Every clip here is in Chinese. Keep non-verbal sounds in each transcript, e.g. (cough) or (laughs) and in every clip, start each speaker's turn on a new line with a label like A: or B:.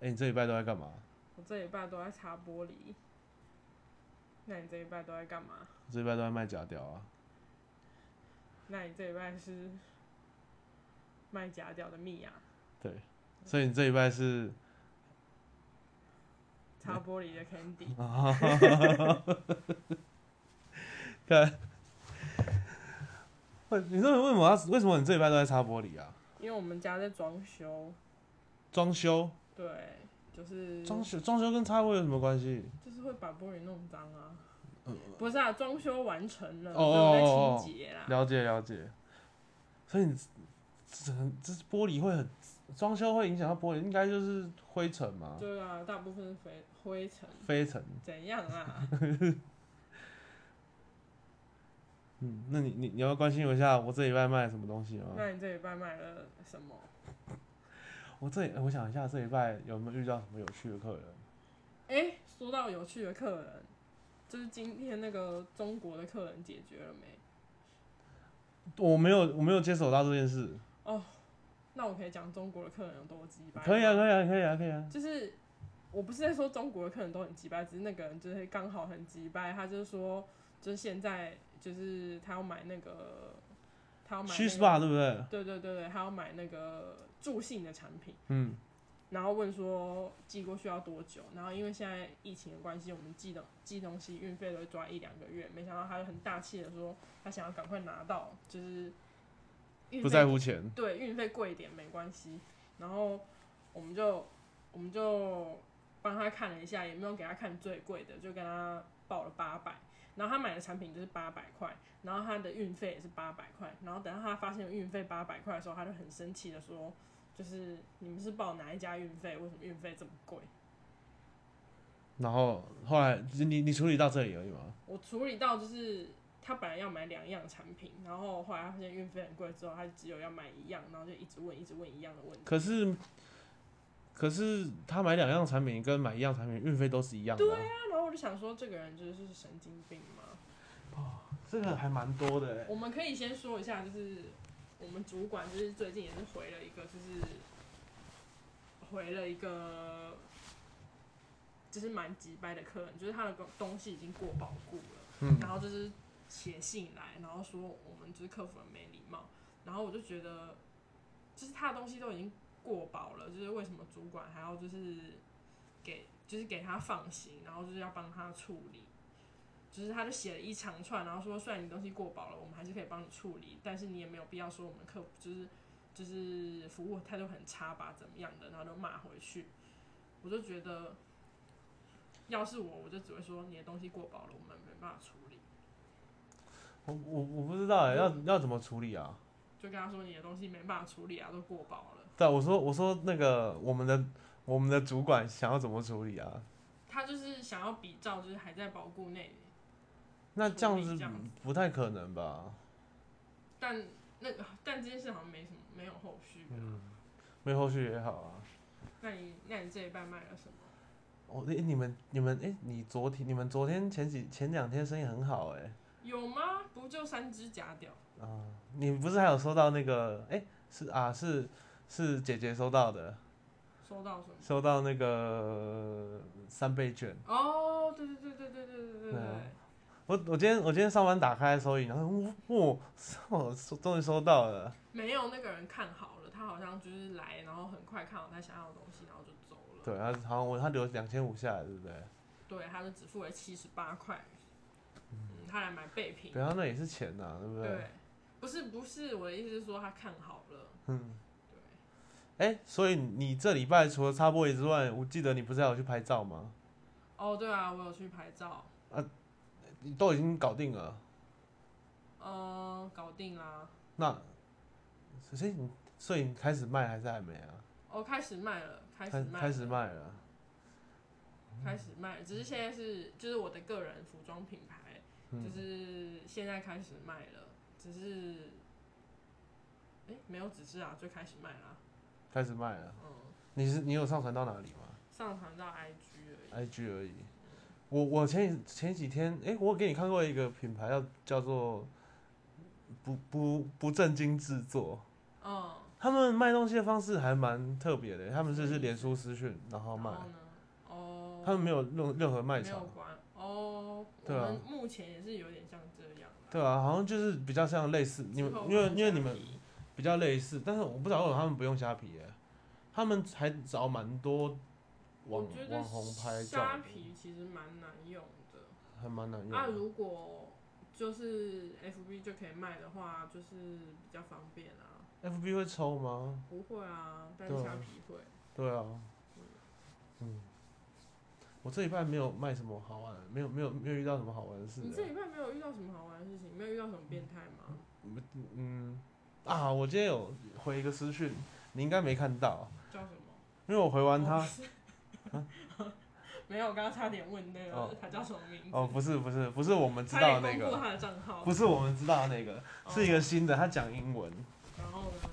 A: 哎、你这礼拜都在干嘛？
B: 我这一半都在擦玻璃。那你这一半都在干嘛？
A: 我这礼拜都在卖假屌啊！
B: 那你这一半是卖假屌的蜜啊，
A: 对，所以你这礼拜是
B: 擦玻璃的 Candy。
A: (laughs) 啊看，喂，你说为什么要为什么你这礼拜都在擦玻璃啊？
B: 因为我们家在装修，
A: 装修，
B: 对，就是
A: 装修，装修跟擦玻璃有什么关系？
B: 就是会把玻璃弄脏啊
A: 嗯。
B: 不是啊，装修完成了，
A: 哦
B: 所以我们
A: 哦哦
B: 在
A: 哦
B: 清洁啦。
A: 了解了解，所以你这这这玻璃会很装修会影响到玻璃，应该就是灰尘嘛，
B: 对啊，大部分是灰灰尘，
A: 飞尘。
B: 怎样啊？
A: (laughs) 嗯，那你你你要关心我一下，我这礼拜卖了什么东西吗？
B: 那你这礼拜卖了什么？
A: 我这里我想一下，这礼拜有没有遇到什么有趣的客人？
B: 哎、说到有趣的客人，就是今天那个中国的客人解决了没？
A: 我没有我没有接手到这件事，
B: 那我可以讲中国的客人有多鸡巴？
A: 可以啊，，可以啊，可以啊，可以啊。
B: 就是我不是在说中国的客人都很鸡掰，只是那个人就是刚好很鸡掰，他就是说，就是现在就是他要买那个，他要买、
A: 虚
B: 那
A: SPA
B: 个，
A: 对不对？
B: 对对对对，他要买那个助兴的产品，
A: 嗯，
B: 然后问说寄过去要多久，然后因为现在疫情的关系，我们寄的寄东西运费都会抓一两个月，没想到他就很大气的说，他想要赶快拿到，就是运
A: 不
B: 费
A: 在乎钱。
B: 对，运费贵一点没关系。然后我们就我们就帮他看了一下，也没有给他看最贵的，就跟他报了八百。然后他买的产品就是八百块，然后他的运费也是八百块。然后等到他发现运费八百块的时候，他就很生气的说：“就是你们是报哪一家运费？为什么运费这么贵？”
A: 然后后来你你处理到这里而已嘛。
B: 我处理到就是他本来要买两样产品，然后后来他发现运费很贵之后，他就只有要买一样，然后就一直问一直问一样的问题。
A: 可是可是他买两样产品跟买一样产品运费都是一样的啊、
B: 然后我就想说，这个人就是是神经病吗？
A: 哦这个还蛮多的、欸。
B: 我们可以先说一下，就是我们主管就是最近也是回了一个，就是回了一个，就是蛮急掰的客人，就是他的东东西已经过保固了，
A: 嗯
B: 然后就是写信来，然后说我们就是客服很没礼貌，然后我就觉得，就是他的东西都已经过保了，就是为什么主管还要就是给就是给他放行，然后就是要帮他处理。就是他就写了一长串，然后说虽然你东西过保了，我们还是可以帮你处理，但是你也没有必要说我们客服就是就是服务态度很差吧，怎么样的，然后就骂回去。我就觉得，要是我，我就只会说你的东西过保了，我们没办法处理，
A: 我我我不知道、欸、要要怎么处理啊？
B: 就跟他说你的东西没办法处理啊，都过保了。
A: 对啊，我说我说那个我们的我们的主管想要怎么处理啊？
B: 他就是想要比照，就是还在保固内，
A: 那这样
B: 处
A: 子
B: 理这样子
A: 不太可能吧？
B: 但那个但这件事好像没什么没有后续了。
A: 没后续也好啊。
B: 那你那你这一半卖了什么？
A: 我、哦诶你们你们哎、你昨天你们昨天前几前两天生意很好哎、
B: 有吗？不就三只假屌？
A: 啊、你不是还有收到那个？哎、是啊，是是姐姐收到的，
B: 收到什么？
A: 收到那个三倍券。
B: 哦，对对对对对对对对
A: 对
B: 对
A: 啊，我我今天我今天上班打开收银，然后我我我终于收到了。
B: 没有那个人看好了，他好像就是来，然后很快看好他想要的东西，然后就走了。
A: 对，他好像我他留两千五下来，对不对？
B: 对，他就只付了七十八块，嗯，他来买备品
A: 不。要那也是钱呐、对不对？
B: 对，不是不是，我的意思是说他看好了。
A: 嗯。
B: 对，
A: 哎、所以你这礼拜除了插播之外，我记得你不是还有去拍照吗？
B: 哦对啊，我有去拍照，
A: 你都已经搞定了，
B: 嗯，搞定啦。
A: 那所以你所以你开始卖还是还没啊？
B: 哦，开始卖了，开始
A: 开
B: 卖，
A: 开始，卖了。
B: 开始卖了。只是现在是，就是我的个人服装品牌，
A: 嗯
B: 就是现在开始卖了，只是，哎，没有只是啊，就开始卖啦。
A: 开始卖了。
B: 嗯，
A: 你是你有上传到哪里吗
B: 上传到 IG 而已。
A: ？IG 而已。我我前前几天，哎、我给你看过一个品牌叫叫做不不不正经制作，
B: 嗯，
A: 他们卖东西的方式还蛮特别的，他们就是脸书私讯然后
B: 然
A: 卖，
B: 后呢？哦，
A: 他们没有任任何卖
B: 没有
A: 场，
B: 关哦。
A: 对啊
B: 我们目前也是有点像这样啦。
A: 对啊，好像就是比较像类似你们
B: 之后，
A: 因为
B: 看
A: 因为
B: 虾
A: 你们
B: 皮
A: 比较类似，但是我不知道为什么他们不用虾皮耶、他们还找蛮多网
B: 我觉得
A: 网红拍照
B: 虾
A: 的，
B: 皮其实蛮难用的。
A: 还蛮难用
B: 啊，
A: 的。
B: 如果就是 FB 就可以卖的话，就是比较方便啊。
A: FB 会抽吗？
B: 不会啊，但是
A: 对啊
B: 虾皮会。
A: 对啊，嗯，我这一半没有卖什么好玩的，没有没有没有遇到什么好玩的事
B: 你这
A: 欸。
B: 礼拜没有遇到什么好玩的事情？没有遇到什么变态吗？
A: 嗯，啊，我今天有回一个私讯，你应该没看到，
B: 叫什么？
A: 因为我回
B: 哦
A: 完他，
B: (laughs) 没有，我刚刚差点问那
A: 哦
B: 个他叫什么名字？
A: 哦，不是不是不是我们知
B: 差
A: 道
B: 点
A: 的那
B: 公布
A: 个，
B: 他的账号。
A: 不是我们知道的那个，
B: 哦
A: 是一个新的，他讲英文。
B: 然后呢？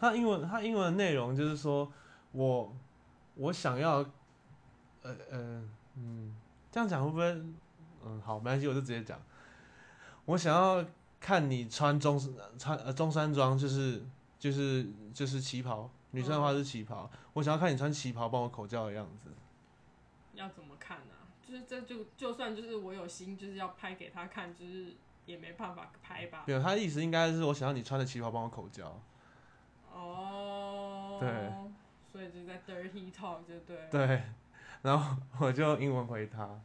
A: 他英文他英文内容就是说我我想要，呃呃嗯，这样讲会不会嗯好，没关系，我就直接讲，我想要看你穿中穿呃中山装，就是就是就是旗袍，女生的话是旗袍，我想要看你穿旗袍帮我口交的样子。
B: 要怎么看呢、就是这就就算就是我有心，就是要拍给他看，就是也没办法拍吧。
A: 没有，他的意思应该是我想要你穿着旗袍帮我口交。
B: 哦，
A: 对，
B: 所以就是在 dirty talk 就对了。
A: 对，然后我就英文回他，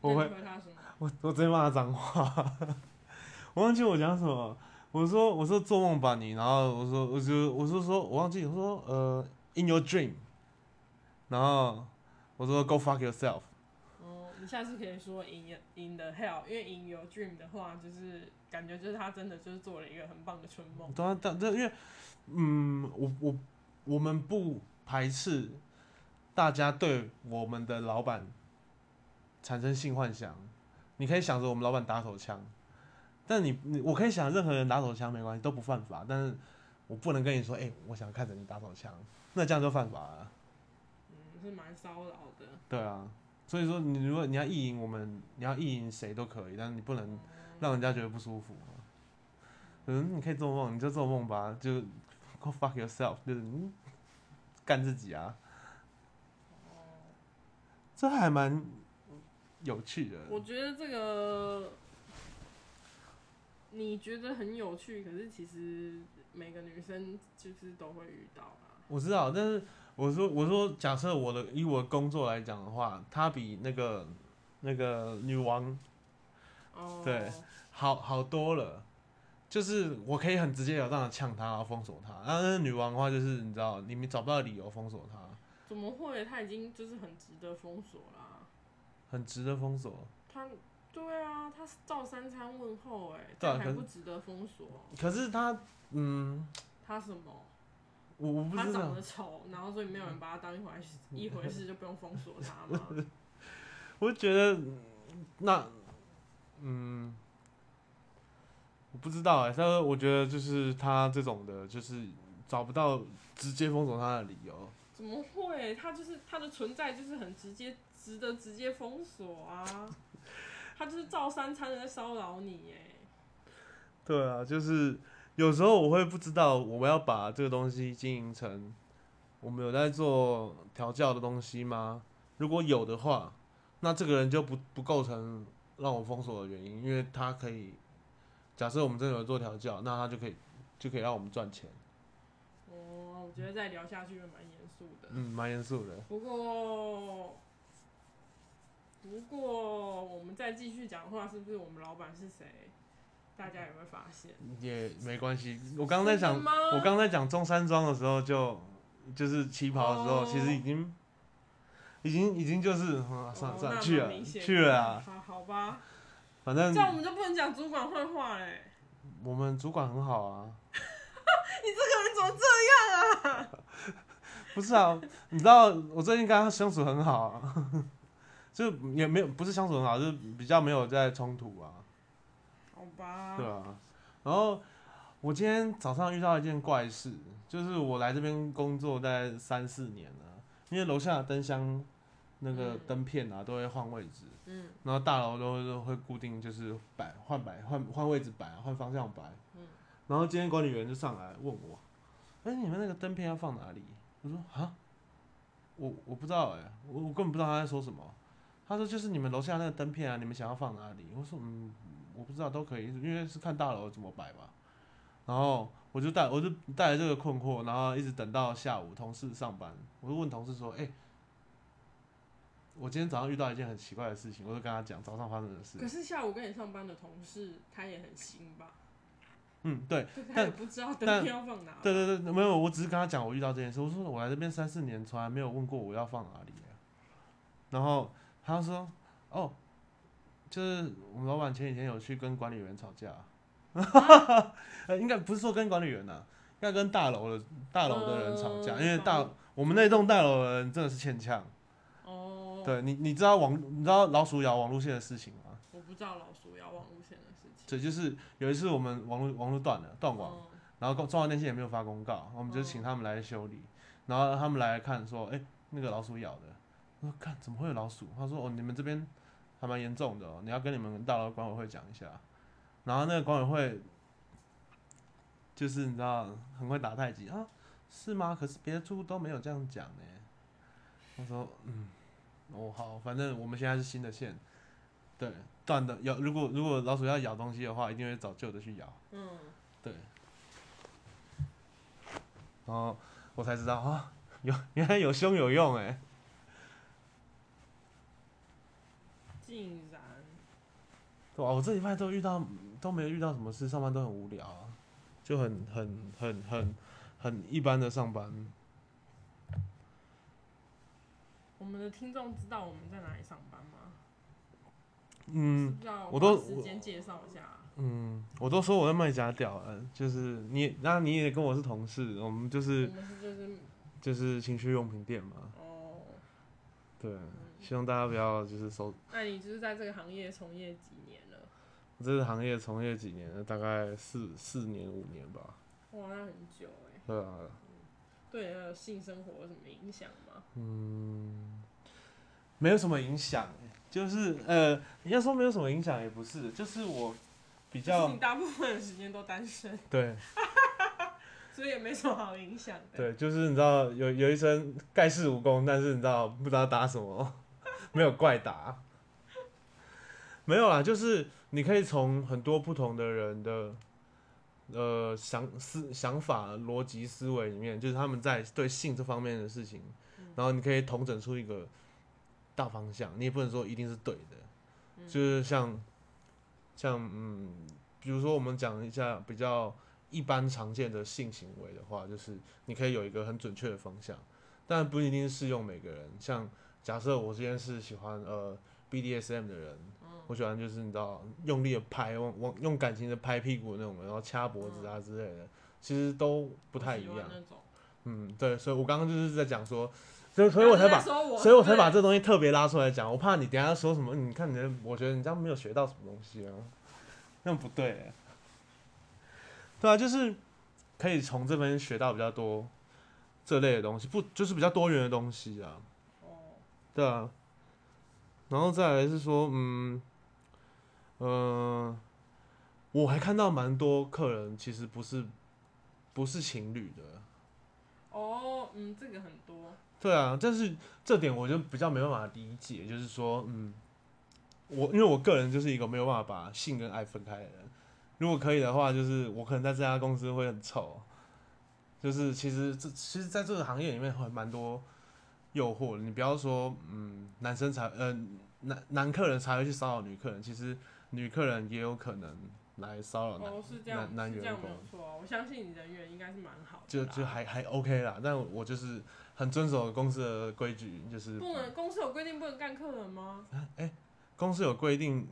A: 我
B: 那
A: 回
B: 你回他什么？
A: 我 (laughs) 我直接骂他脏话， (laughs) 我忘记我讲什么。我说我说做梦吧你，然后我说我就我是说我忘记我说呃 in your dream，然后我说 go fuck yourself，
B: 哦，你下次可以说 in your- in the hell，因为 in your dream 的话，就是感觉就是他真的就是做了一个很棒的春梦。
A: 当然但但因为嗯我我我们不排斥大家对我们的老板产生性幻想，你可以想着我们老板打手枪，但你你我可以想任何人打手枪没关系都不犯法，但是我不能跟你说，哎、我想看着你打手枪，那这样就犯法了。
B: 嗯，是蛮骚扰的。
A: 对啊，所以说你如果你要意淫我们，你要意淫谁都可以，但是你不能让人家觉得不舒服嘛。嗯，你可以做梦，你就做梦吧，就 go fuck yourself，就是你干自己啊，
B: 哦，
A: 这还蛮有趣的。
B: 我觉得这个你觉得很有趣，可是其实每个女生就是都会遇到啊。
A: 我知道，但是我说我说，假设我的以我的工作来讲的话，它比那个那个女王
B: 哦，
A: 对好好多了。就是我可以很直截了当的呛她，然后封锁她。然后那个女王的话，就是你知道，你们找不到理由封锁她，
B: 怎么会？他已经就是很值得封锁啦。
A: 很值得封锁。
B: 他对啊，他是照三餐问候、哎，这
A: 对啊
B: 样还
A: 可
B: 不值得封锁？
A: 可是她，嗯，
B: 他什么？
A: 我我不
B: 他
A: 知道
B: 长，得丑，然后所以没有人把他当一回事，一回事就不用封锁他吗？
A: 我觉得嗯那，嗯，我不知道哎、但是我觉得就是她这种的，就是找不到直接封锁她的理由。
B: 怎么会？他就是他的存在就是很直接，值得直接封锁啊！他就是照三餐的在骚扰你，哎，
A: 对啊，就是有时候我会不知道我们要把这个东西经营成我们有在做调教的东西吗？如果有的话，那这个人就不不构成让我封锁的原因，因为他可以假设我们真的有做调教，那他就可以就可以让我们赚钱。
B: 哦，我觉得再聊下去会蛮严肃的。
A: 嗯，蛮严肃的。
B: 不过，不过我们再继续讲话，是不是我们老板是谁，大家也会发现。
A: 也没关系。我刚刚在讲
B: 真的，吗
A: 我刚刚在讲中山装的时候就，就是旗袍的时候，
B: 哦
A: 其实已经，已经已经就是、啊、算了
B: 哦
A: 算了，
B: 那
A: 去
B: 蛮
A: 了
B: 明显
A: 去了啊，
B: 好好吧，
A: 反
B: 这
A: 正
B: 样我们就不能讲主管坏话欸嘞。
A: 我们主管很好啊。
B: 你怎么这
A: 不是啊，你知道我最近跟他相处很好啊， (laughs) 就也没有不是相处很好，就是比较没有在冲突啊，
B: 好吧？
A: 对啊。然后我今天早上遇到一件怪事，就是我来这边工作大概三四年了，因为楼下的灯箱那个
B: 嗯
A: 灯片啊都会换位置，
B: 嗯
A: 然后大楼都都会固定就是摆换摆换换位置摆啊换方向摆，
B: 嗯
A: 然后今天管理员就上来问我，但是你们那个灯片要放哪里？我说啊，我我不知道哎、我我根本不知道他在说什么。他说就是你们楼下那个灯片啊，你们想要放哪里？我说嗯，我不知道都可以，因为是看大楼怎么摆吧。然后我就带我就带着这个困惑，然后一直等到下午同事上班，我就问同事说，哎、我今天早上遇到一件很奇怪的事情，我就跟他讲早上发生的事
B: 可。是下午跟你上班的同事，他也很新吧？
A: 嗯，对，
B: 就他
A: 但
B: 也不知道
A: 但
B: 灯片要放哪。
A: 对对对，没有，我只是跟他讲我遇到这件事，我说我来这边三四年，从来没有问过我要放哪里、啊、然后他说，哦，就是我们老板前几天有去跟管理员吵架，呃 (laughs) 应该不是说跟管理员呐、啊应该跟大楼的大楼的人吵架，
B: 嗯
A: 因为大
B: 懂
A: 我们那栋大楼的人真的是欠呛。
B: 哦，
A: 对你，你知道网，你知道老鼠咬网路线的事情吗？
B: 我不知道老鼠要网路线的事情。
A: 对，就是有一次我们网路网路断了，断网。然后公中华电信也没有发公告，我们就请他们来修理，然后他们来看说，哎、那个老鼠咬的，我说看怎么会有老鼠？他说哦，你们这边还蛮严重的、哦，你要跟你们大楼管委会讲一下。然后那个管委会就是你知道很会打太极啊，是吗？可是别处都没有这样讲呢。他说嗯，哦好，反正我们现在是新的线，对断的咬，如果如果老鼠要咬东西的话，一定会找旧的去咬。
B: 嗯嗯，
A: 对，然后我才知道啊， (laughs) 有原来有胸有用哎、
B: 竟然
A: 对吧、我这礼拜都遇到都没有遇到什么事，上班都很无聊啊，就很很很很很一般的上班。
B: 我们的听众知道我们在哪里上班吗？
A: 嗯
B: 是不是要
A: 我都
B: 花时间介绍一下啊。
A: 嗯，我都说我在卖假屌了，就是你也，那你也跟我是同事，我们就
B: 我
A: 是
B: 们是就是
A: 就是情趣用品店嘛，
B: 哦，嗯
A: 对，希望大家不要就是收，
B: 那你就是在这个行业从业几年了？
A: 我这个行业从业几年了，大概四四年五年吧，
B: 哇，那很久哎。
A: 对啊。
B: 对你的性生活有什么影响吗？
A: 没有什么影响欸，就是呃，你要说没有什么影响也不是，就是我比
B: 就是
A: 较
B: 你大部分的时间都单身，
A: 对
B: 所以也没什么好影响的。
A: 对，就是你知道有有一身盖世武功，但是你知道不知道打什么， (laughs) 没有怪打，没有啦，就是你可以从很多不同的人的呃想思想法、逻辑思维里面，就是他们在对性这方面的事情，
B: 嗯
A: 然后你可以统整出一个大方向，你也不能说一定是对的。
B: 嗯
A: 就是像像嗯，比如说我们讲一下比较一般常见的性行为的话，就是你可以有一个很准确的方向，但不一定适用每个人。像假设我今天是喜欢呃 BDSM 的人，
B: 嗯
A: 我喜欢就是你知道用力的拍，往往用感情的拍屁股那种，然后掐脖子啊之类的，其实都不太一
B: 嗯我喜
A: 样
B: 欢。那种。
A: 嗯，对，所以我刚刚就是在讲说，所以所以我才把
B: 他在说我
A: 所以我才把
B: 对
A: 这东西特别拉出来讲，我怕你等一下说什么，你看你的，我觉得你这样没有学到什么东西啊，那不对、欸。对啊，就是可以从这边学到比较多这类的东西，不就是比较多元的东西啊，
B: 哦，
A: 对啊。然后再来是说，嗯，呃，我还看到蛮多客人其实不是不是情侣的，
B: 哦，嗯，这个很多，
A: 对啊，但是这点我就比较没办法理解，就是说，嗯，我因为我个人就是一个没有办法把性跟爱分开的人，如果可以的话，就是我可能在这家公司会很臭，就是其实这其实在这个行业里面还蛮多诱惑的，你不要说，嗯，男生才，呃，男男客人才会去骚扰女客人，其实女客人也有可能来骚扰男、
B: 哦，是这样，
A: 男男
B: 是这
A: 员
B: 样没
A: 工
B: 有。错啊、我相信你人缘应该是蛮好的啦，
A: 就就还还 OK 啦，但我就是很遵守公司的规矩，就是
B: 不能公司有规定不能干客人吗？
A: 公司有规定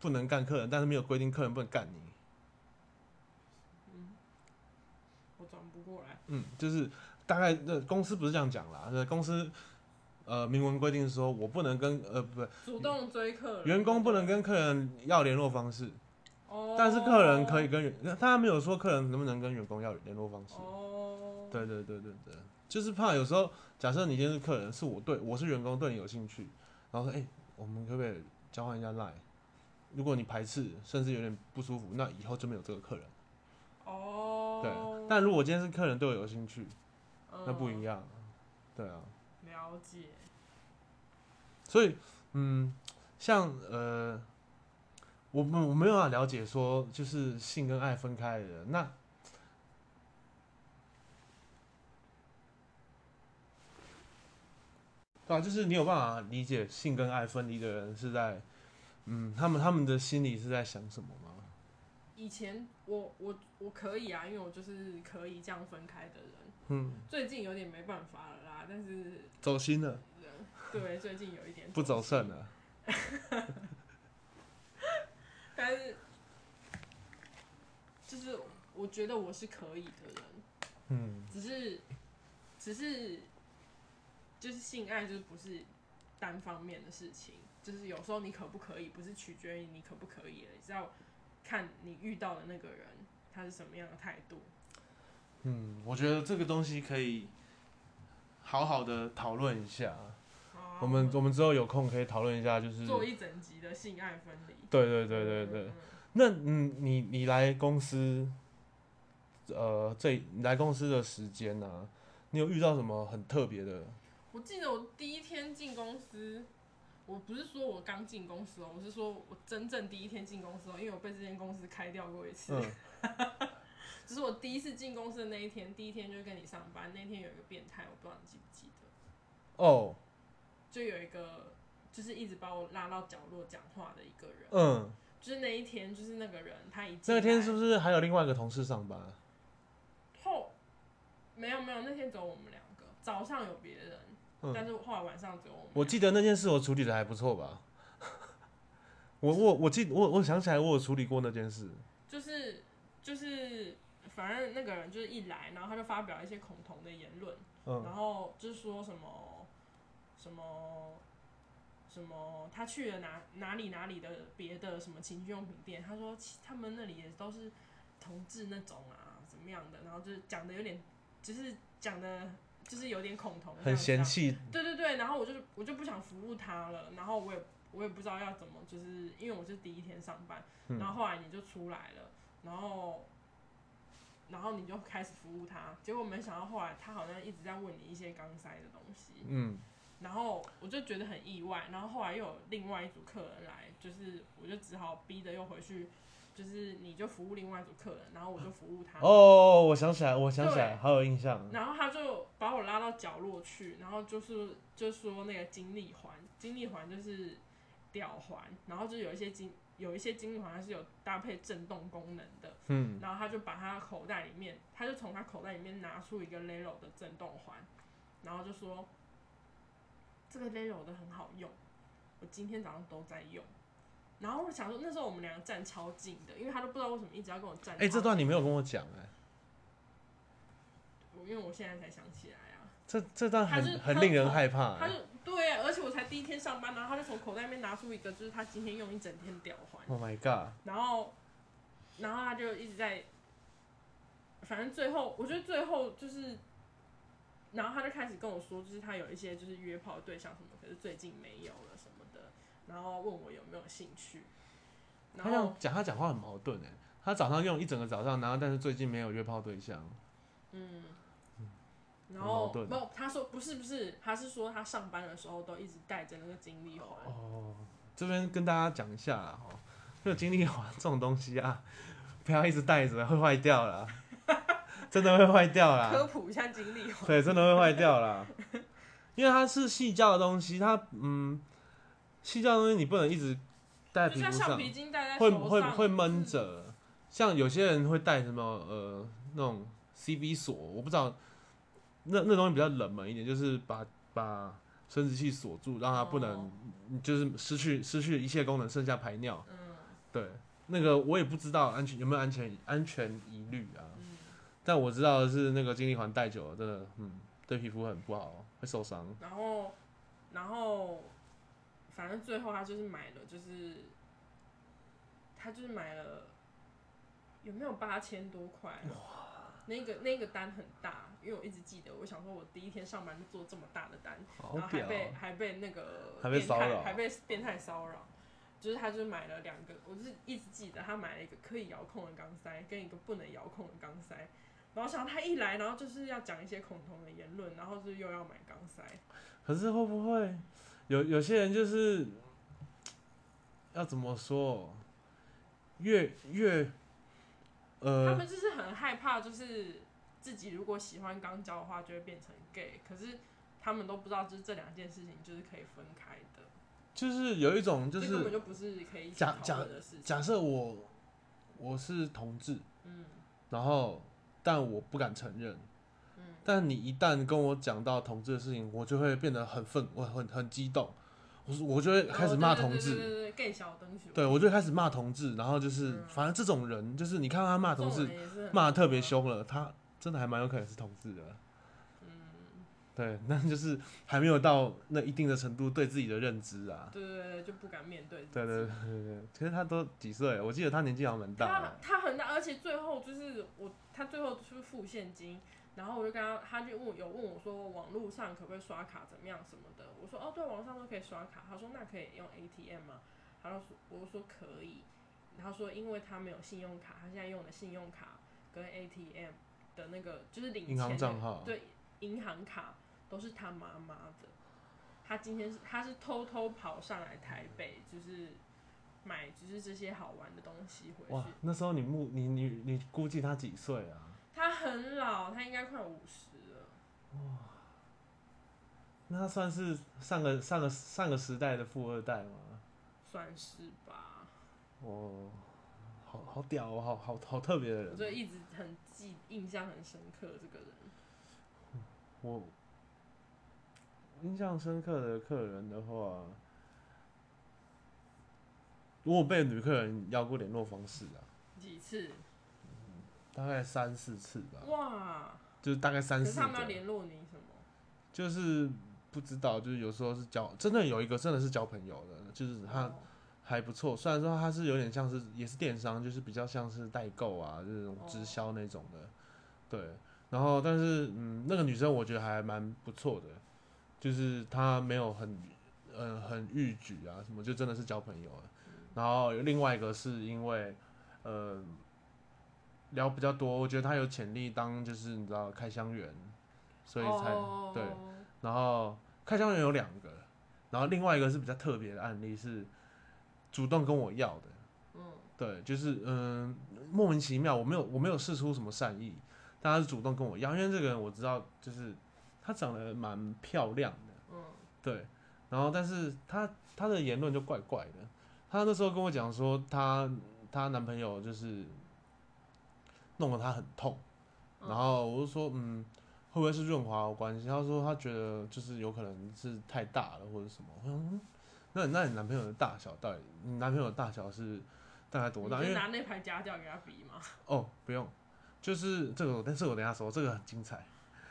A: 不能干客人，但是没有规定客人不能干你。
B: 我转不过来，
A: 嗯，就是大概呃，公司不是这样讲啦，呃，公司呃明文规定说我不能跟呃不
B: 主动追客人，
A: 员工不能跟客人要联络方式，
B: 哦，
A: 但是客人可以跟员，他没有说客人能不能跟员工要联络方式。
B: 哦，
A: 对对对对对，就是怕有时候，假设你今天是客人，是我对我是员工对你有兴趣，然后说，哎、我们可不可以交换一下 line？如果你排斥，甚至有点不舒服，那以后就没有这个客人。
B: 哦，哦，嗯
A: 对啊，但如果今天是客人对我有兴趣，那不一
B: 样。
A: 样啊，对啊，
B: 嗯了解，
A: 所以嗯，像呃，我们我没有办法了解说就是性跟爱分开的人，那对啊，就是你有办法理解性跟爱分离的人是在嗯，他们他们的心里是在想什么吗？
B: 以前我我我可以啊，因为我就是可以这样分开的人。
A: 嗯，
B: 最近有点没办法了啦，但是
A: 走心了，
B: 对，最近有一点
A: 不走
B: 心
A: 肾了，
B: 但是就是我觉得我是可以的人，
A: 嗯
B: 只是只是就是性爱就是不是单方面的事情，就是有时候你可不可以不是取决于你可不可以了，只要看你遇到的那个人他是什么样的态度。
A: 嗯，我觉得这个东西可以好好的讨论一下。
B: 好
A: 我们我们之后有空可以讨论一下，就是
B: 做一整集的性爱分离。
A: 对对对对对
B: 嗯。。
A: 那嗯，你你来公司，呃，这你来公司的时间呢、啊，你有遇到什么很特别的？
B: 我记得我第一天进公司，我不是说我刚进公司哦，我是说我真正第一天进公司哦，因为我被这间公司开掉过一次。
A: 嗯，
B: 只是我第一次进公司的那一天，第一天就是跟你上班，那天有一个变态，我不知道你记不记得，
A: 哦，
B: 就有一个就是一直把我拉到角落讲话的一个人，
A: 嗯，
B: 就是那一天就是那个人他一进
A: 那天是
B: 来
A: 不是还有另外一个同事上班啊？
B: 后没有没有那天只有我们两个，早上有别人，但
A: 嗯，
B: 是后来晚上只有我们两个。
A: 我记得那件事我处理的还不错吧？ (laughs) 我我我记我我想起来我有处理过那件事，
B: 就是就是，反正那个人就是一来，然后他就发表一些恐同的言论，
A: 嗯
B: 然后就是说什么什么什么，他去了哪哪里哪里的别的什么情趣用品店，他说其他们那里也都是同志那种啊，怎么样的，然后就是讲的有点，就是讲的就是有点恐同，这
A: 很
B: 样啊这
A: 嫌
B: 样
A: 弃，
B: 对对对，然后我就我就不想服务他了，然后我也我也不知道要怎么，就是因为我是第一天上班，
A: 嗯
B: 然后后来你就出来了，然后然后你就开始服务他，结果没想到后来他好像一直在问你一些刚塞的东西，
A: 嗯
B: 然后我就觉得很意外，然后后来又有另外一组客人来，就是我就只好逼着又回去，就是你就服务另外一组客人，然后我就服务他，
A: 哦，我想起来，我想起来，
B: 啊对
A: 好有印象。
B: 然后他就把我拉到角落去，然后就是就说那个金力环，金力环就是吊环，然后就有一些金有一些金力环它是有搭配震动功能的，
A: 嗯
B: 然后他就把他口袋里面，他就从他口袋里面拿出一个 Lelo 的震动环，然后就说这个 Lelo 的很好用，我今天早上都在用。然后我想说，那时候我们两个站超近的，因为他都不知道为什么一直要跟我站。
A: 哎、这段你没有跟我讲哎、
B: 我，因为我现在才想起来啊。
A: 这这段
B: 他
A: 很
B: 是
A: 很
B: 他
A: 令人
B: 从
A: 害怕、
B: 他
A: 欸
B: 就。对啊，而且我才第一天上班，然后他就从口袋里面拿出一个，就是他今天用一整天的吊环，
A: Oh my god！
B: 然后，然后他就一直在，反正最后，我觉得最后就是，然后他就开始跟我说，就是他有一些就是约炮的对象什么，可是最近没有了什么的，然后问我有没有兴趣，
A: 他
B: 然
A: 这样
B: 后
A: 讲，他讲话很矛盾哎。他早上用一整个早上，然后但是最近没有约炮对象。
B: 嗯。然
A: 很矛
B: 后
A: 盾
B: 不，他说不是不是，他是说他上班的时候都一直带着那个精力环，
A: 哦，这边跟大家讲一下啦，哦，这个精力环这种东西啊，不要一直带着，会坏掉
B: (laughs)
A: 啦，真的会坏掉
B: 科
A: 啦，
B: 普一下精力环。
A: 对，真的会坏掉
B: (laughs)
A: 啦，因为它是细胶的东西，它嗯，细胶的东西你不能一直戴在
B: 就
A: 皮
B: 像
A: 肤
B: 橡
A: 上，
B: 皮筋戴在
A: 会
B: 手上
A: 会会闷
B: 就是
A: 着。像有些人会带什么呃那种 CB 锁，我不知道，那那东西比较冷门一点，就是把把生殖器锁住，让它不能、嗯
B: 哦
A: 就是失去失去一切功能，剩下排尿。
B: 嗯
A: 对，那个我也不知道安全有没有安全安全疑虑啊，
B: 嗯，
A: 但我知道的是那个精力环戴久了，真的嗯对皮肤很不好，会受伤。
B: 然后然后反正最后他就是买了，就是他就是买了有没有八千多块啊？那个那个单很大，因为我一直记得，我想说我第一天上班就做这么大的单，
A: 好
B: 然后还
A: 屌哦啊
B: 被还被那个
A: 还被
B: 变
A: 骚
B: 态
A: 扰
B: 还被变态骚扰。就是他，就是买了两个，我就是一直记得他买了一个可以遥控的钢塞，跟一个不能遥控的钢塞，然后想他一来，然后就是要讲一些恐同的言论，然后就是又要买钢塞，
A: 可是会不会有有些人就是要怎么说，越越
B: 他
A: 呃
B: 们就是很害怕，就是自己如果喜欢肛交的话，就会变成 gay，可是他们都不知道，就是这两件事情就是可以分开的，
A: 就是有一种就
B: 这根本
A: 是
B: 就不是可以一起
A: 假
B: 讨
A: 假
B: 论的事情。
A: 假设我我是同志，
B: 嗯
A: 然后但我不敢承认，
B: 嗯，
A: 但你一旦跟我讲到同志的事情，我就会变得很愤，我很很激动，我是我就会开始骂同
B: 哦对对
A: 志，
B: 对对对 gay 小灯球，
A: 对我就会开始骂同志，然后就是、
B: 嗯
A: 反正这种人就是你看到他骂
B: 这种
A: 同志
B: 人也是很
A: 骂的特别
B: 多啊，
A: 凶了，他真的还蛮有可能是同志的，
B: 嗯，
A: 对，那就是还没有到那一定的程度对自己的认知啊，
B: 对对对，就不敢面对自己，
A: 对对对对对，其实他都几岁？我记得他年纪好像蛮大
B: 他
A: 的，
B: 他很大，而且最后就是我，他最后就是付现金，然后我就跟他，他就问有问我说网络上可不可以刷卡怎么样什么的，我说哦对，网上都可以刷卡，他说那可以用 ATM 吗？他就说我就说可以，然后说因为他没有信用卡，他现在用的信用卡跟 ATM 的那个就是领
A: 银
B: 钱
A: 行
B: 的
A: 账号，
B: 对，银行卡都是他妈妈的。他今天是他是偷偷跑上来台北，就是买就是这些好玩的东西回
A: 哇
B: 去。，
A: 那时候你目你你你估计他几岁啊？
B: 他很老，他应该快五十了。
A: 那他算是上个上个上个时代的富二代吗？
B: 算是吧，
A: 哦，好好屌哦，好好好特别的
B: 我就
A: 人。
B: 一直很记印象很深刻这个人，
A: 我印象深刻的客人的话，我有被女客人要过联络方式啊，
B: 几次
A: 大概三四次吧，
B: 哇！
A: 就是大概
B: 可
A: 啊三
B: 是
A: 四
B: 他们
A: 个
B: 要，联络你什么？
A: 就是不知道，就是有时候是交，真的有一个真的是交朋友的，就是他
B: 哦
A: 还不错，虽然说它是有点像是也是电商，就是比较像是代购啊这种直销那种的，对。然后但是嗯，那个女生我觉得还蛮不错的，就是她没有很呃很逾矩啊什么，就真的是交朋友啊。然后有另外一个是因为呃聊比较多，我觉得她有潜力当就是你知道开箱员，所以才、
B: 哦
A: 对。然后开箱员有两个，然后另外一个是比较特别的案例是主动跟我要的，
B: 嗯
A: 对，就是嗯莫名其妙，我没有我没有试出什么善意，但他是主动跟我要，因为这个人我知道就是她长得蛮漂亮的，
B: 嗯
A: 对，然后但是她她的言论就怪怪的，她那时候跟我讲说她她男朋友就是弄得她很痛，
B: 嗯
A: 然后我就说嗯会不会是润滑有关系？她说她觉得就是有可能是太大了或者什么，我想嗯，那你那你男朋友的大小到底你男朋友的大小是大概多大？
B: 你
A: 因
B: 就
A: 为
B: 拿那排夹角给他比嘛，
A: 哦不用，就是这个我但是我等一下说这个很精彩。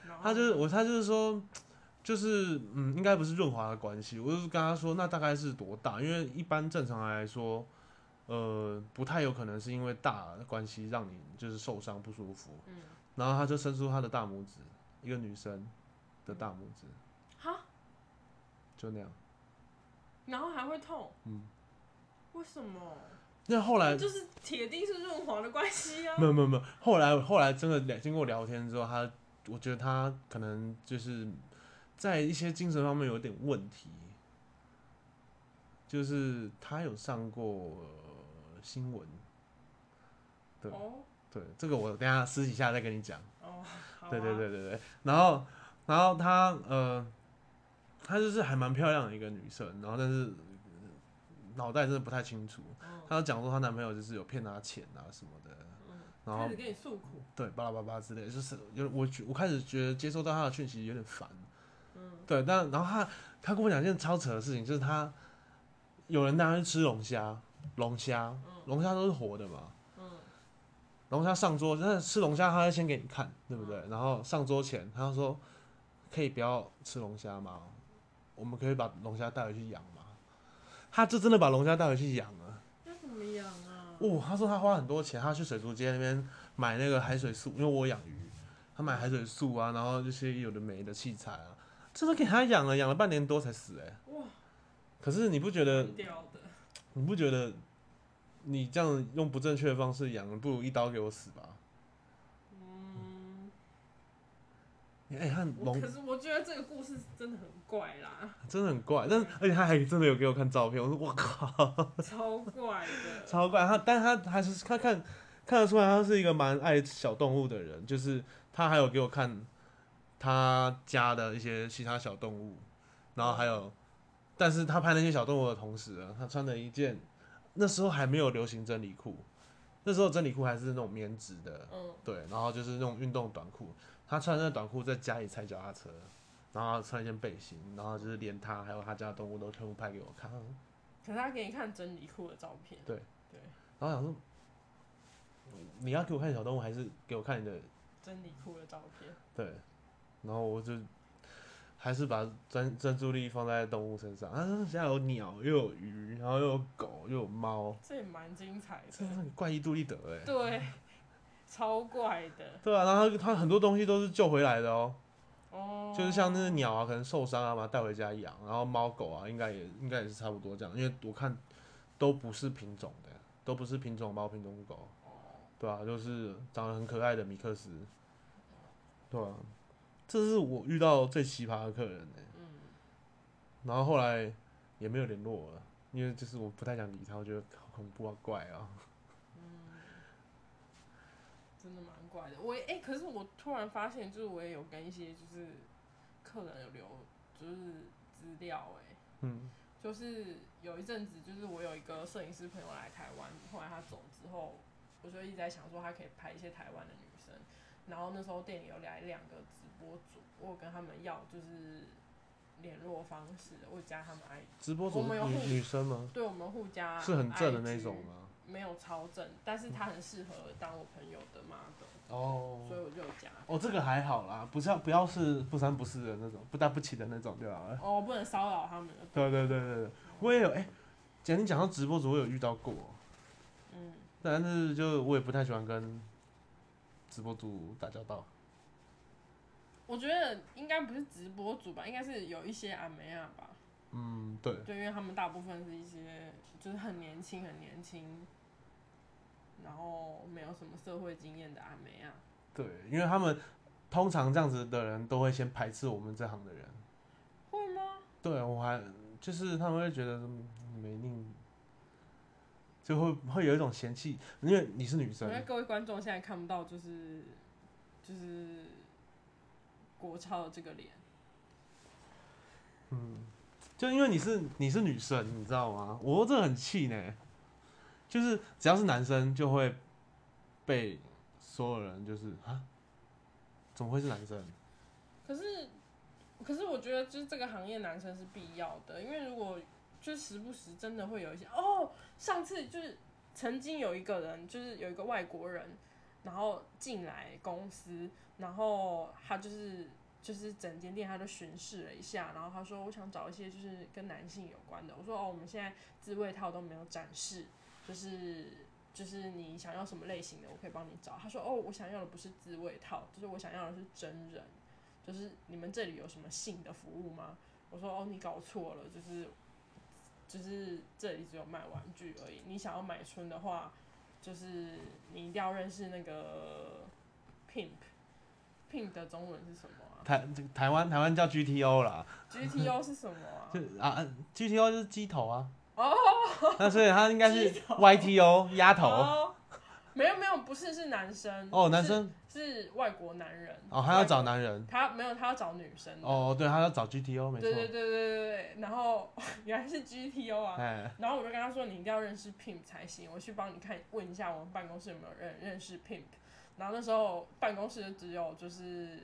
B: 然后
A: 他就是我，他就是说，就是嗯，应该不是润滑的关系。我就是跟他说，那大概是多大？因为一般正常来说，呃，不太有可能是因为大的关系让你就是受伤不舒服。
B: 嗯，
A: 然后他就伸出他的大拇指，一个女生的大拇指，
B: 哈，
A: 就那样。
B: 然后还会痛，
A: 嗯，
B: 为什么？
A: 那后来
B: 那就是铁定是润滑的关系啊。
A: 没有没有没有，后来后来真的聊经过聊天之后，他我觉得他可能就是在一些精神方面有点问题，就是他有上过、呃新闻，对
B: 哦
A: 对，这个我等一下私底下再跟你讲。
B: 哦，好啊
A: 对对，对对对，然后然后她呃，她就是还蛮漂亮的一个女生，然后但是呃脑袋真的不太清楚，
B: 嗯
A: 她有讲说她男朋友就是有骗她钱啊什么的，
B: 嗯，
A: 然后
B: 开始跟你诉苦，
A: 对，巴拉巴拉之类的，就是有我觉我开始觉得接收到他的讯息有点烦，
B: 嗯
A: 对，但然后他他跟我讲一件超扯的事情，就是他有人带他去吃龙虾，龙虾
B: 嗯
A: 龙虾都是活的嘛，
B: 嗯
A: 龙虾上桌，但是吃龙虾他会先给你看，对不对？
B: 嗯
A: 然后上桌前他就说可以不要吃龙虾吗？我们可以把龙虾带回去养吗？他就真的把龙虾带回去养了。
B: 那怎么养啊？
A: 哦，他说他花很多钱，他去水族街那边买那个海水素，因为我养鱼，他买海水素啊，然后这些有的没的器材啊，这都给他养了，养了半年多才死哎、
B: 哇，
A: 可是你不觉得？
B: 很屌的，
A: 你不觉得你这样用不正确的方式养，不如一刀给我死吧？
B: 嗯，
A: 哎、欸，看
B: 我
A: 龙
B: 可是我觉得这个故事真的很怪
A: (laughs)
B: 啦，
A: 真的很怪，但是而且他还真的有给我看照片，我说我靠，
B: 超怪的。
A: 超怪。他，但他还是他看看得出来，他是一个蛮爱小动物的人，就是他还有给我看他家的一些其他小动物，然后还有，但是他拍那些小动物的同时啊呢，他穿了一件那时候还没有流行真理裤，那时候真理裤还是那种棉质的，
B: 嗯，
A: 对，然后就是那种运动短裤，他穿那短裤在家里踩脚踏车，然后穿一件背心，然后就是连他还有他家的动物都全部拍给我看，然
B: 可是他给你看真理裤的照片，
A: 对
B: 对，
A: 后想说，你要给我看小动物还是给我看你的？
B: 真理裤的照片，
A: 对，然后我就还是把专专注力放在动物身上，啊，现在有鸟又有鱼，然后又有狗又有猫，哎
B: 这也蛮精彩
A: 真
B: 的，
A: 的怪异杜立德哎、
B: 对，超怪的
A: 对啊，然后他他很多东西都是救回来的哦、
B: 哦。
A: 就是像那个鸟啊，可能受伤啊，把它带回家养，然后猫狗啊，应该也应该也是差不多这样，因为我看都不是品种的，都不是品种猫、品种狗，对啊，就是长得很可爱的米克斯，对啊，这是我遇到最奇葩的客人呢、
B: 嗯，
A: 然后后来也没有联络我了，因为就是我不太想理他，我觉得好恐怖啊，怪啊，
B: 真的蛮怪的。我哎、欸可是我突然发现，就是我也有跟一些就是客人有留就是资料哎、
A: 嗯
B: 就是有一阵子，就是我有一个摄影师朋友来台湾，后来他走之后，我就一直在想说他可以拍一些台湾的女生。然后那时候店里有来两个直播主，我有跟他们要就是联络方式，我加他们 I，
A: 直播主
B: 我们有啊
A: 女
B: 互
A: 女生吗？
B: 对我们互加
A: 是很正的那
B: IG
A: 种，吗？
B: 没有超正，但是他很适合当我朋友的 model，
A: 哦
B: 所以我就有加。
A: 哦，这个还好啦，不是要不要是不三不四的那种，不大不起的那种就好了。
B: 哦，不能骚扰他们了。
A: 对对对对对，我也有哎，讲、你讲到直播主，我有遇到过，
B: 嗯，
A: 但是就我也不太喜欢跟直播主打交道。
B: 我觉得应该不是直播主吧，应该是有一些阿梅亚吧。
A: 嗯，对，
B: 对，因为他们大部分是一些就是很年轻、很年轻，然后没有什么社会经验的阿梅啊。
A: 对，因为他们通常这样子的人都会先排斥我们这行的人。
B: 会吗？
A: 对我还就是他们会觉得说嗯你们一定就会会有一种嫌弃，因为你是女
B: 因
A: 生，
B: 为各位观众现在看不到，就是就是国超的这个脸，
A: 就因为你是你是女生，你知道吗？我这很气呢，就是只要是男生就会被所有人就是啊，怎么会是男生？
B: 可是可是我觉得就是这个行业男生是必要的，因为如果就时不时真的会有一些哦，上次就是曾经有一个人，就是有一个外国人，然后进来公司，然后他就是就是整间店他都巡视了一下，然后他说我想找一些就是跟男性有关的，我说哦，我们现在自慰套都没有展示，就是。就是你想要什么类型的，我可以帮你找。他说：“哦，我想要的不是自慰套，就是哦我想要的是真人。就是你们这里有什么性的服务吗？”我说：“哦，你搞错了，就是就是这里只有卖玩具而已。你想要买春的话，就是你一定要认识那个 pimp。pimp 的中文是什么啊
A: 台台湾台湾叫 GTO 啦，
B: ？GTO 是什么啊
A: 就？啊啊 GTO 就是鸡头啊。哦，那所以他应该是 YTO 丫头
B: 哦，没有没有，不是是男生
A: 哦，男生
B: 是是外国男人
A: 哦，他要
B: 外
A: 找男人
B: 他没有他要找女生的
A: 哦，对，他要找 GTO 没
B: 对对对
A: 错，
B: 对对对，然后 (laughs) 原来是 GTO 啊，
A: 哎，
B: 然后我就跟他说，你一定要认识 Pimp 才行，我去帮你看问一下我们办公室有没有人认识 Pimp。然后那时候办公室只有就是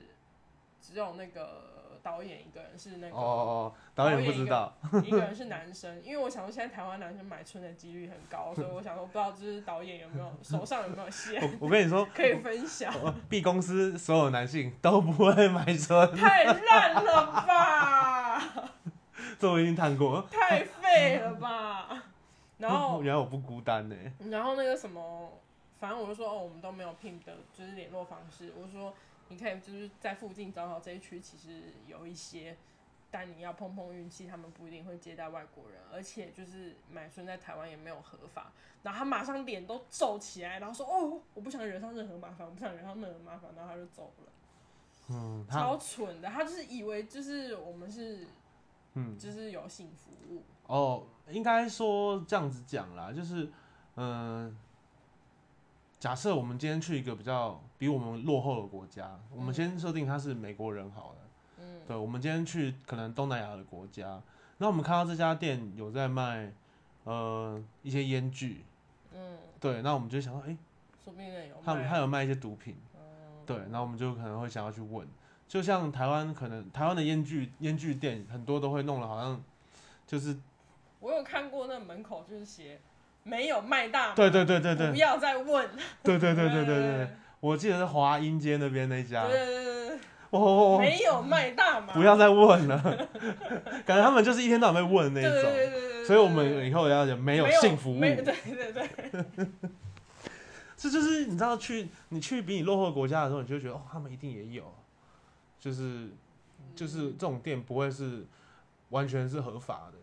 B: 只有那个导演一个人是那
A: 哦
B: 个、
A: 哦哦，导
B: 导
A: 演
B: 演
A: 不知
B: 一个
A: 道，
B: 一个人是男生，因为我想说现在台湾男生买春的几率很高，所以我想说不知道就是导演有没有手上有没有线
A: 我我跟你说
B: 可以分享，
A: 我，B 公司所有男性都不会买春。
B: 太烂了吧，
A: (laughs) 这我已经看过。
B: 太废了吧。然后
A: (laughs) 原来我不孤单欸呢、
B: (laughs) 然后那个什么，反正我就说哦，我们都没有 PIM 的，就是联络方式。我说你可以就是在附近找找这一区，其实有一些，但你要碰碰运气，他们不一定会接待外国人，而且就是买春在台湾也没有合法。然后他马上脸都皱起来，然后说哦，我不想惹上任何麻烦，我不想惹上任何麻烦，然后他就走了。
A: 嗯，他
B: 超蠢的，他就是以为就是我们是
A: 嗯
B: 就是有性服务，
A: 哦，应该说这样子讲啦，就是嗯、呃假设我们今天去一个比较比我们落后的国家，我们
B: 嗯
A: 先设定他是美国人好了。
B: 嗯
A: 对，我们今天去可能东南亚的国家，那我们看到这家店有在卖呃一些烟具，
B: 嗯，
A: 对，那我们就想到，哎、
B: 说不定人有
A: 他们
B: 卖
A: 还有卖一些毒品，
B: 嗯
A: 对，那我们就可能会想要去问，就像台湾可能台湾的烟具烟具店很多都会弄得好像就是
B: 我有看过那门口就是写没有卖大麻，
A: 对对对对
B: 不
A: 对
B: 要再问，
A: 对对对对对对，
B: 啊哦对
A: 我记得是华阴街那边那家，
B: 对对对对
A: 哦哦
B: 对，
A: 哦，
B: 没有卖大麻，
A: 不要再问
B: (laughs)
A: 了，感觉他们就是一天到晚被问那
B: 对
A: 一
B: 对对
A: 种，
B: 对对，
A: 所以我们以后要讲没
B: 没
A: 有性服务。
B: 没对对对，
A: 这就是你知道去你去比你落后的国家的时候，你就会觉得哦，他们一定也有，就是就是
B: 嗯
A: 这种店不会是完全是合法的。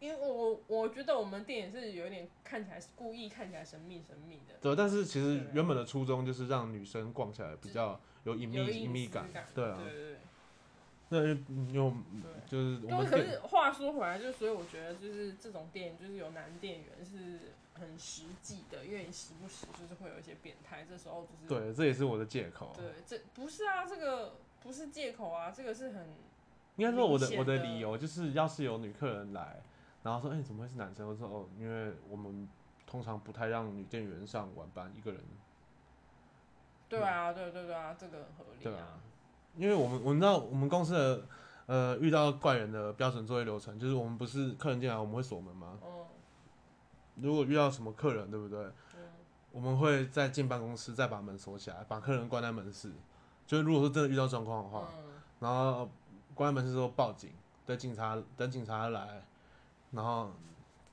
B: 因为我我觉得我们店也是有点看起来是故意看起来神秘神秘的，
A: 对，但是其实
B: 对
A: 原本的初衷就是让女生逛起来比较有隐秘
B: 有
A: 隐秘
B: 私
A: 感，对
B: 对
A: 啊，
B: 对
A: 那就有
B: 对对。
A: 就是我
B: 对，
A: 们
B: 可
A: 店
B: 是话说回来，就是所以我觉得就是这种店就是有男店员是很实际的，因为你时不时就是会有一些变态，这时候就是
A: 对，这也是我的借口。
B: 对，这不是啊，这个不是借口啊，这个是很
A: 应该说我的
B: 明显
A: 我的
B: 的
A: 理由就是，要是有女客人来，然后说，哎、怎么会是男生？我说，哦，因为我们通常不太让女店员上晚班一个人
B: 对啊，对对对啊，这个很合
A: 嗯对
B: 理
A: 啊，因为我们我们知道我们公司的呃遇到怪人的标准作业流程，就是我们不是客人进来我们会锁门吗？
B: 嗯
A: 如果遇到什么客人，对不对？
B: 嗯
A: 我们会再进办公室再把门锁起来，把客人关在门室。就是如果说真的遇到状况的话，
B: 嗯，
A: 然后关在门室之后报警，等警察等警察来，然后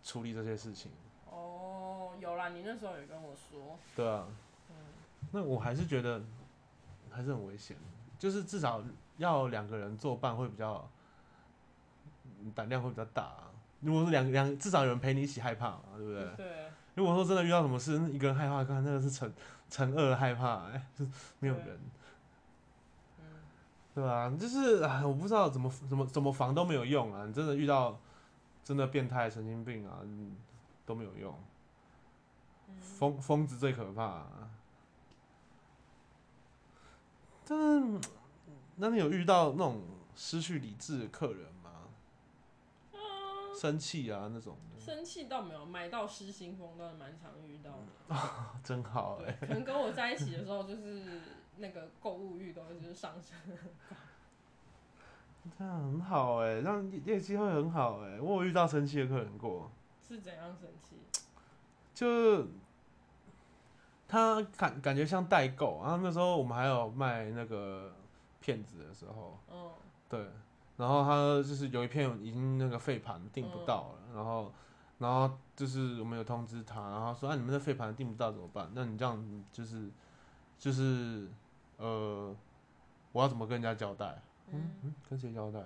A: 处理这些事情。
B: 哦，有啦，你那时候有跟我说，
A: 对啊，
B: 嗯
A: 那我还是觉得还是很危险，就是至少要两个人作伴会比较嗯胆量会比较大、啊。如果是两两，至少有人陪你一起害怕嘛，对不对？
B: 对，
A: 如果说真的遇到什么事，那一个人害怕，看那个是乘乘二害怕、哎，就是 (laughs) 没有
B: 对
A: 人，
B: 嗯，
A: 对吧、就是哎，我不知道怎么怎么怎么防都没有用啊！你真的遇到真的变态神经病啊，嗯都没有用。
B: 嗯
A: 疯疯子最可怕、啊。但是，那你有遇到那种失去理智的客人吗？生气啊那种的，
B: 生气倒没有，买到失心疯倒是蛮常遇到的，
A: 啊真好哎、
B: 对，可能跟我在一起的时候就是那个购物欲都就是上升，
A: 这样很好哎、让业业绩会很好哎、我有遇到生气的客人过，
B: 是怎样生气？
A: 就是他感感觉像代购，然后那时候我们还有卖那个骗子的时候，
B: 嗯
A: 对，然后他就是有一片已经那个废盘订不到了，然后然后就是我们有通知他，然后说啊你们的废盘订不到怎么办？那你这样就是就是呃，我要怎么跟人家交代？嗯
B: 嗯
A: 嗯，跟谁交代？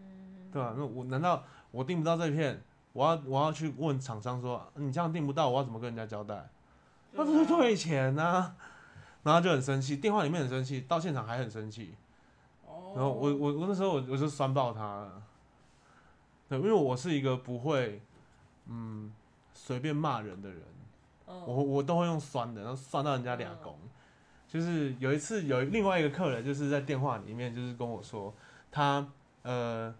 B: 嗯，
A: 对啊，那我难道我订不到这片，我要我要去问厂商说啊你这样订不到，我要怎么跟人家交代？他就是退钱呐、然后就很生气，电话里面很生气，到现场还很生气。
B: 哦，
A: 然后我我我那时候我我就酸爆他了，对，因为我是一个不会嗯随便骂人的人，我
B: 嗯
A: 我都会用酸的，然后酸到人家俩拱。就是有一次有另外一个客人就是在电话里面就是跟我说，他呃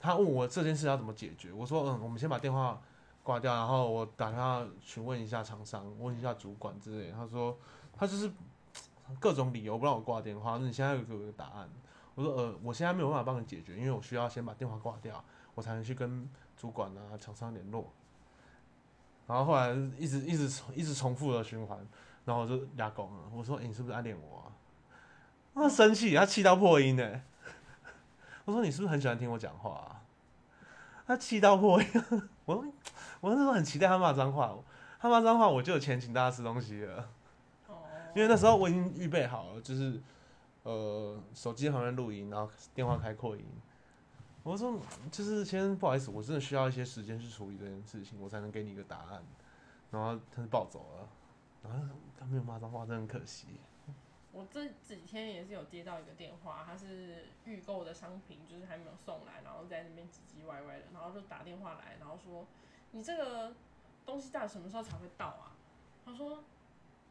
A: 他问我这件事要怎么解决，我说嗯我们先把电话挂掉，然后我打电话询问一下厂商，问一下主管之类的，他说他就是各种理由不让我挂电话，那你现在有给我一个答案。我说呃，我现在没有办法帮你解决，因为我需要先把电话挂掉，我才能去跟主管啊、厂商联络。然后后来一直一直一直重复的循环，然后我就俩拱了，我说、诶你是不是暗恋我啊？他生气，他气到破音呢、欸我说你是不是很喜欢听我讲话、啊？他气到破音，我说我那时候很期待他骂脏话，他骂脏话我就有钱请大家吃东西了。
B: 哦，
A: 因为那时候我已经预备好了，就是呃手机在旁边录音，然后电话开扩音。我说就是先不好意思，我真的需要一些时间去处理这件事情，我才能给你一个答案。然后他就暴走了，然后他没有骂脏话，真的很可惜。
B: 我这这几天也是有接到一个电话，他是预购的商品，就是还没有送来，然后在那边唧唧歪歪的，然后就打电话来，然后说你这个东西到底什么时候才会到啊？他说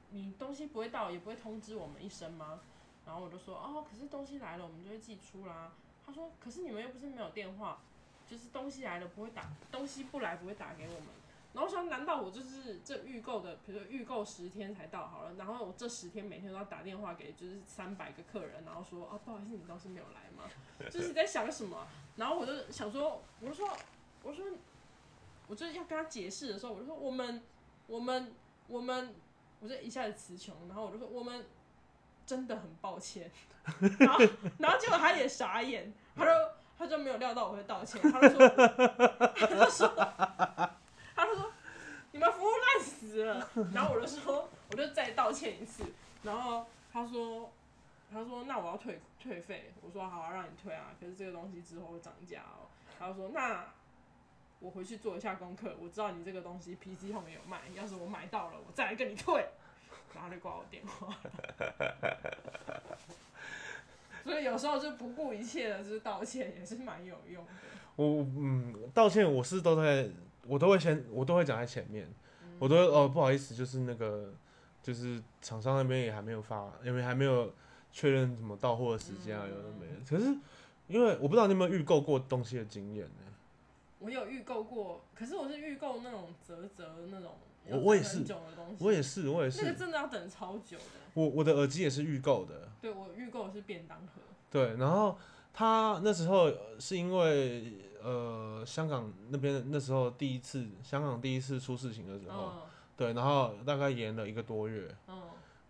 B: 你东西不会到，也不会通知我们一声吗？然后我就说哦，可是东西来了，我们就会寄出啦。他说可是你们又不是没有电话，就是东西来了不会打，东西不来不会打给我们。然后我想，难道我就是这预购的，比如说预购十天才到好了，然后我这十天每天都要打电话给就是三百个客人，然后说啊不好意思，你东西没有来吗？就是你在想什么？然后我就想说，我就说，我说，我就要跟他解释的时候，我就说我们我们我们，我就一下子词穷，然后我就说我们真的很抱歉，然后然后结果他也傻眼，他说他就没有料到我会道歉，他就说他就说。他就说你们服务烂死了，然后我就说我就再道歉一次，然后他说他说那我要退退费，我说好啊，让你退啊，可是这个东西之后会涨价哦，他就说那我回去做一下功课，我知道你这个东西 PC 后面有卖，要是我买到了，我再来跟你退，然后就挂我电话。所以有时候就不顾一切的，就是道歉也是蛮有用的。
A: 我嗯，道歉我是都在，我都会先，我都会讲在前面，
B: 嗯
A: 我都会哦不好意思，就是那个，就是厂商那边也还没有发，因为还没有确认什么到货的时间啊，有的没的。
B: 嗯
A: 可是因为我不知道你有没有预购过东西的经验欸呢、
B: 我有预购过，可是我是预购那种折折那种，
A: 我我也是
B: 很久的东西，
A: 我也是，我也
B: 那个
A: 是，
B: 真的要等超久的。
A: 我我的耳机也是预购的，
B: 对我预购的是便当盒，
A: 对，然后他那时候呃是因为呃香港那边那时候第一次香港第一次出事情的时候，
B: 嗯
A: 对，然后大概延了一个多月，
B: 嗯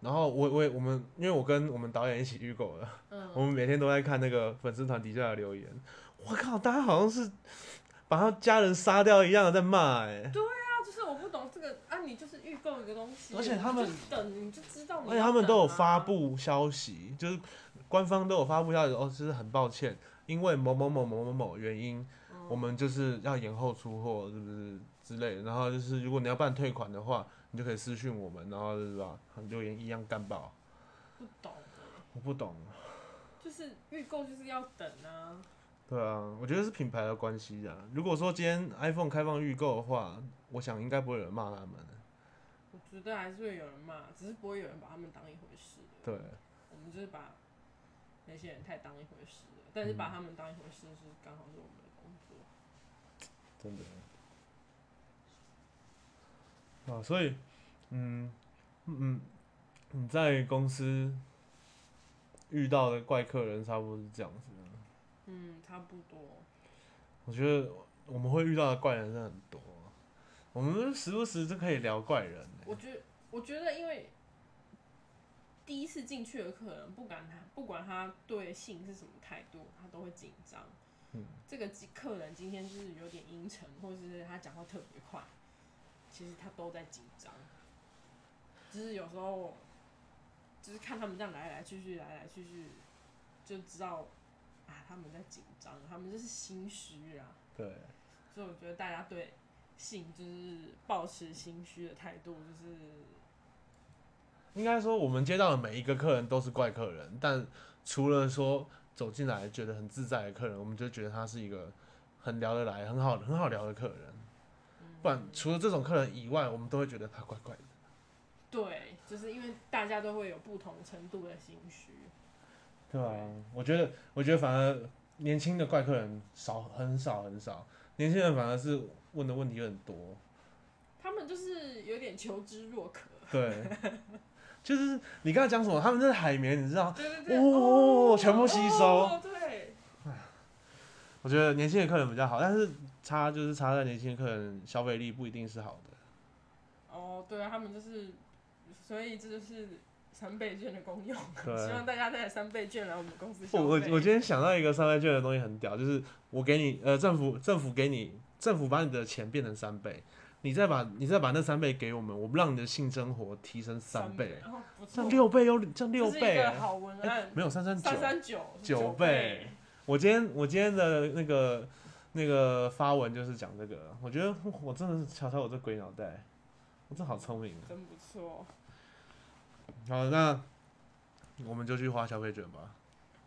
A: 然后我我也我们因为我跟我们导演一起预购的，我
B: 嗯，
A: 们每天都在看那个粉丝团底下的留言，我靠，大家好像是把他家人杀掉一样的在骂、欸，
B: 那啊就是我不懂这个啊，你就是预购一个东西，
A: 而且他们
B: 你就等你就知道你要等啊，
A: 而且他们都有发布消息，就是官方都有发布消息，哦，就是很抱歉，因为某某某某某某原因，
B: 嗯，
A: 我们就是要延后出货，是不是之类的？然后就是如果你要办退款的话，你就可以私讯我们，然后是吧？很多人一样干爆，
B: 不懂，
A: 我不懂。
B: 就是预购就是要等啊，
A: 对啊，我觉得是品牌的关系啊。如果说今天 iPhone 开放预购的话，我想应该不会有人骂他们的。
B: 我觉得还是会有人骂，只是不会有人把他们当一回事。
A: 对，
B: 我们就是把那些人太当一回事了，但是把他们当一回事是刚好是我们的工作。
A: 真的。啊，所以，嗯嗯，你在公司遇到的怪客人差不多是这样子啊。
B: 嗯，差不多。
A: 我觉得我们会遇到的怪人真的很多，我们时不时就可以聊怪人、欸。
B: 我觉我觉得，因为第一次进去的客人，不管他不管他对性是什么态度，他都会紧张。
A: 嗯，
B: 这个今客人今天就是有点阴沉，或者是他讲话特别快，其实他都在紧张。就是有时候，就是看他们这样来来去去，来来去去，就知道啊，他们在紧张，他们就是心虚啊。
A: 对，
B: 所以我觉得大家对性就是保持心虚的态度，就是
A: 应该说我们接到的每一个客人都是怪客人，但除了说走进来觉得很自在的客人，我们就觉得他是一个很聊得来、很好、很好聊的客人。
B: 嗯
A: 不然除了这种客人以外，我们都会觉得他怪怪的。
B: 对，就是因为大家都会有不同程度的心虚。
A: 对啊，我觉得，我觉得反而年轻的怪客人少，很少很少，年轻人反而是问的问题有点多。
B: 他们就是有点求知若渴，
A: (laughs) 对，就是你刚才讲什么，他们是海绵，你知道？
B: 对对对，
A: 哦全部吸收
B: 哦对，
A: 我觉得年轻的客人比较好，但是差就是差在年轻的客人消费力不一定是好的。
B: 哦对啊，他们就是，所以这就是三倍券的功用。 (laughs) 希望
A: 对，
B: 大家带三倍券来我们公司消
A: 我
B: 费。
A: 我我今天想到一个三倍券的东西很屌，就是我给你呃政府政府给你政府把你的钱变成三倍，你再把你再把那三倍给我们，我们让你的性生活提升三倍，，
B: 哦不
A: 这
B: 错
A: 样，六倍又这样六
B: 这是一
A: 倍欸哎
B: 个，好文案，
A: 没有三三九
B: 三三九
A: 九
B: 倍
A: 倍。我今天我今天的那个那个发文就是讲这个，我觉得我真的是瞧瞧我这鬼脑袋，我真好聪明啊。
B: 真不错。
A: 好，那我们就去花消费券吧。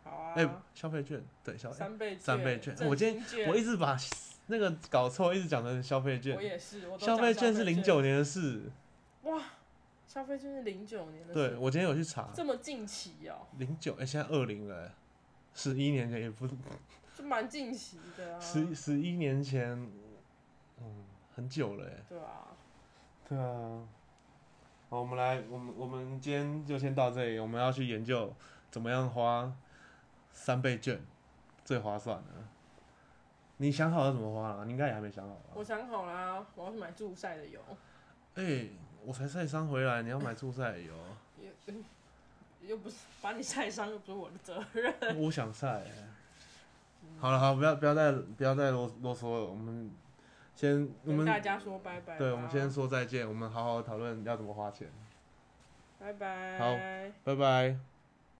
B: 好啊，
A: 哎、消费券，对消，
B: 三倍
A: 三倍券我今
B: 天
A: 我一直把那个搞错，一直讲成消费
B: 我
A: 券。
B: 也是，我都
A: 消
B: 讲
A: 费
B: 消
A: 券是零，九年的事，
B: 消费券是零九年的
A: 对
B: 事，
A: 我今天有去查，
B: 这么近期哦，
A: 零九哎，现在二零了、十一年前也不
B: 这蛮近期的啊，
A: 十十一年前，嗯，很久了哎、
B: 对啊，
A: 对啊，好，我们来，我们我们今天就先到这里，我们要去研究怎么样花三倍券最划算的。你想好要怎么花了？你应该也还没想好吧
B: 我？想好啦，我要去买助晒的油，
A: 哎、我才晒伤回来，你要买助晒油，
B: 又又不是把你晒伤，又不是我的责任，
A: 我想晒、欸。好了，好，不要不要再不要再啰啰嗦了，我们先我
B: 跟
A: 们
B: 大家说拜拜啊吧，
A: 对，我们先说再见，我们好好讨论要怎么花钱，
B: 拜拜，
A: 好拜拜。